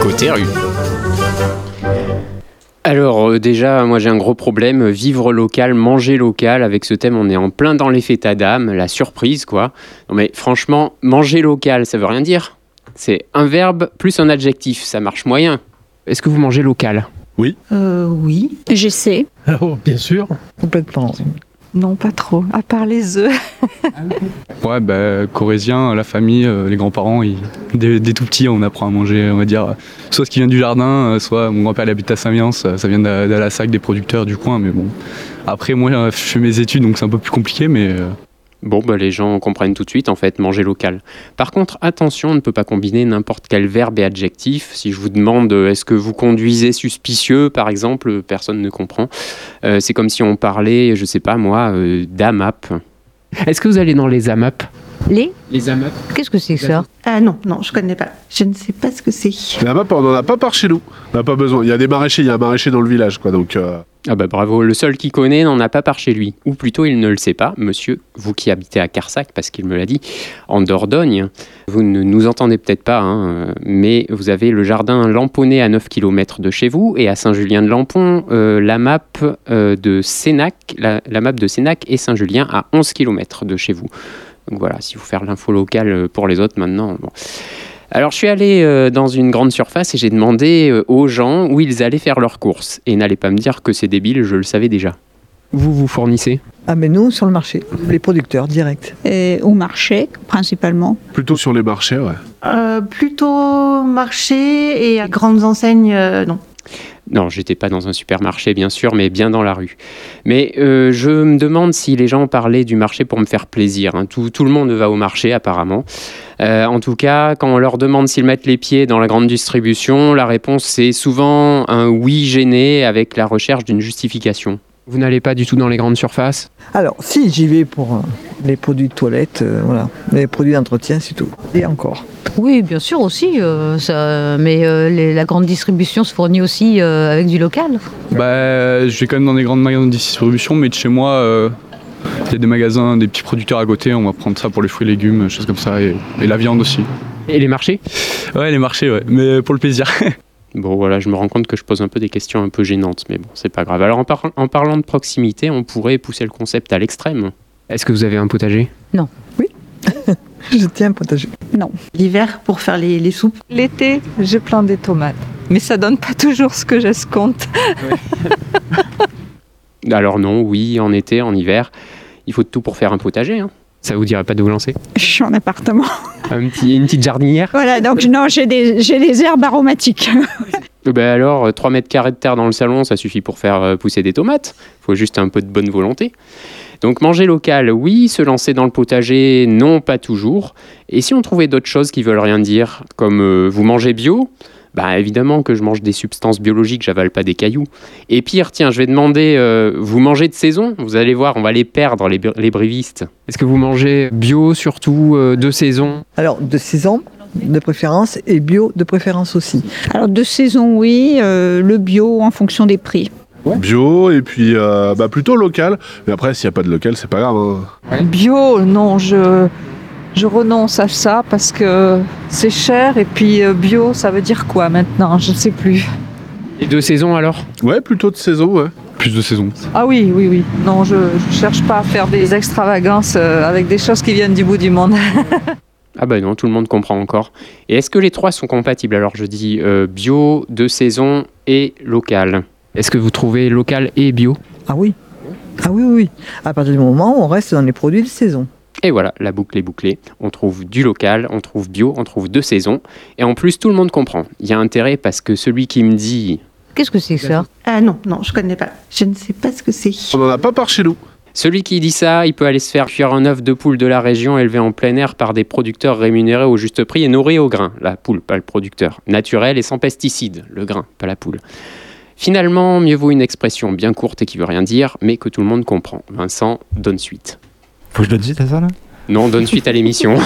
Côté rue. Alors euh, déjà, moi j'ai un gros problème, vivre local, manger local, avec ce thème on est en plein dans l'effet d'âme, la surprise quoi. Non mais franchement, manger local, ça veut rien dire. C'est un verbe plus un adjectif, ça marche moyen. Est-ce que vous mangez local Euh, oui, J'essaie. Ah oh, bien sûr. complètement. Non, pas trop. À part les œufs. Ouais, bah, corésien, la famille, euh, les grands-parents, ils- dès, dès tout petit, on apprend à manger, on va dire, euh, soit ce qui vient du jardin, euh, soit mon grand-père il habite à Saint-Viance, euh, ça vient de, de la sac des producteurs du coin, mais bon. Après, moi, euh, je fais mes études, donc c'est un peu plus compliqué, mais euh, Bon, bah, les gens comprennent tout de suite, en fait, manger local. Par contre, attention, on ne peut pas combiner n'importe quel verbe et adjectif. Si je vous demande euh, est-ce que vous conduisez suspicieux, par exemple, euh, personne ne comprend. Euh, c'est comme si on parlait, je sais pas moi, euh, d'AMAP. Est-ce que vous allez dans les AMAP Les Les AMAP Qu'est-ce que c'est que ça Euh, Ah non, non, je connais pas. Je ne sais pas ce que c'est. La map, on n'en a pas par chez nous. On n'a pas besoin. Il y a des maraîchers, il y a un maraîcher dans le village, quoi. Donc, euh, Ah bah bravo, le seul qui connaît n'en a pas par chez lui. Ou plutôt il ne le sait pas, monsieur, vous qui habitez à Carsac, parce qu'il me l'a dit, en Dordogne. Vous ne nous entendez peut-être pas, hein, euh, mais vous avez le jardin Lamponnet à 9 km de chez vous, et à Saint-Julien-de-Lampon, euh, la, map, euh, de Sénac, la, la map de Sénac et Saint-Julien à 11 km de chez vous. Donc voilà, si vous faire l'info locale euh, pour les autres maintenant. bon. Alors je suis allé euh, dans une grande surface et j'ai demandé euh, aux gens où ils allaient faire leurs courses. Et n'allez pas me dire que c'est débile, je le savais déjà. Vous vous fournissez Ah, mais nous, sur le marché, les producteurs direct. Euh, Au marché, principalement. plutôt sur les marchés, ouais. Euh, plutôt marché et à grandes enseignes, euh, non. Non, j'étais pas dans un supermarché, bien sûr, mais bien dans la rue. Mais euh, je me demande si les gens parlaient du marché pour me faire plaisir. hein. Tout, tout le monde va au marché, apparemment. Euh, en tout cas, quand on leur demande s'ils mettent les pieds dans la grande distribution, la réponse c'est souvent un oui gêné avec la recherche d'une justification. Vous n'allez pas du tout dans les grandes surfaces Alors, si j'y vais pour euh, les produits de toilette, euh, voilà, les produits d'entretien, c'est tout. Et encore. Oui, bien sûr aussi. euh, ça- mais euh, les- la grande distribution se fournit aussi euh, avec du local. bah, euh, je vais quand même dans des grandes magasins de distribution, mais de chez moi, euh, il y a des magasins, des petits producteurs à côté, on va prendre ça pour les fruits et légumes, euh, choses comme ça, et, et la viande aussi. Et les marchés Ouais, les marchés, ouais, mais pour le plaisir. Bon voilà, je me rends compte que je pose un peu des questions un peu gênantes, mais bon, c'est pas grave. Alors en, par- en parlant de proximité, on pourrait pousser le concept à l'extrême. Est-ce que vous avez un potager Je tiens un potager. L'hiver pour faire les, les soupes. L'été, je plante des tomates. Mais ça donne pas toujours ce que j'escompte. Alors non, oui, en été, en hiver, il faut de tout pour faire un potager. hein. Ça vous dirait pas de vous lancer Je suis en appartement. Un petit- Une petite jardinière Voilà, donc non, j'ai des, j'ai des herbes aromatiques. Eh Ben alors, euh, 3 mètres carrés de terre dans le salon, ça suffit pour faire euh, pousser des tomates. faut juste un peu de bonne volonté. Donc manger local, oui, se lancer dans le potager, non, pas toujours. Et si on trouvait d'autres choses qui veulent rien dire, comme euh, vous mangez bio bah évidemment que je mange des substances biologiques, j'avale pas des cailloux. Et pire, tiens, je vais demander, euh, vous mangez de saison Vous allez voir, on va les perdre, les, br- les brivistes. Est-ce que vous mangez bio surtout euh, de saison Alors, de saison de préférence et bio de préférence aussi. Alors, de saison, oui, euh, le bio en fonction des prix. Bio et puis euh, bah, plutôt local. Mais après, s'il n'y a pas de local, c'est pas grave. hein. Bio, non, je, je renonce à ça parce que c'est cher. Et puis euh, bio, ça veut dire quoi maintenant Je ne sais plus. Et de saison alors Ouais, plutôt de saison, ouais. Plus de saison. Ah oui, oui, oui. Non, je ne cherche pas à faire des extravagances euh, avec des choses qui viennent du bout du monde. Ah bah non, tout le monde comprend encore. Et est-ce que les trois sont compatibles Alors je dis euh, bio, de saison et local. Est-ce que vous trouvez local et bio Ah oui Ah oui, oui. oui. À partir du moment où on reste dans les produits de saison. Et voilà, la boucle est bouclée. On trouve du local, on trouve bio, on trouve de saison. Et en plus, tout le monde comprend. Il y a intérêt parce que celui qui me dit... Qu'est-ce que c'est que ça Ah non, non, je connais pas. Je ne sais pas ce que c'est. On n'en a pas par chez nous. Celui qui dit ça, il peut aller se faire cuire un œuf de poule de la région élevé en plein air par des producteurs rémunérés au juste prix et nourris au grain. La poule, pas le producteur. Naturel et sans pesticides. Le grain, pas la poule. Finalement, mieux vaut une expression bien courte et qui veut rien dire, mais que tout le monde comprend. Vincent, donne suite. Faut que je donne suite à ça là Non, donne suite à l'émission.